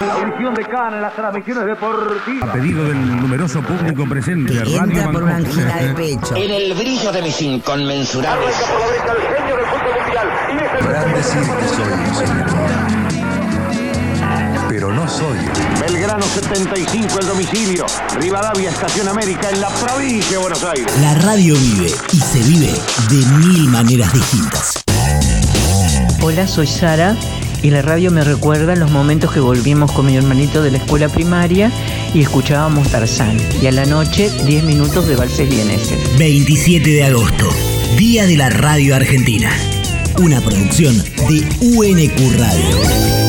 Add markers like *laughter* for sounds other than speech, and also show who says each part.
Speaker 1: La audición de CAN en las transmisiones
Speaker 2: A
Speaker 1: deportivas.
Speaker 2: pedido del numeroso público presente,
Speaker 3: Que
Speaker 2: Radio
Speaker 3: entra por una
Speaker 2: Manco.
Speaker 3: angina de pecho.
Speaker 4: En el brillo de mis inconmensurables
Speaker 5: Podrán decir que soy un señor, Pero no soy.
Speaker 1: Belgrano 75, el domicilio. Rivadavia, Estación América, en la provincia de Buenos Aires.
Speaker 3: *laughs* La radio vive y se vive de mil maneras distintas.
Speaker 6: Hola, soy Sara y la radio me recuerda los momentos que volvimos con mi hermanito de la escuela primaria y escuchábamos Tarzán. Y a la noche, 10 minutos de valses vieneses.
Speaker 3: 27 de agosto, Día de la Radio Argentina. Una producción de UNQ Radio.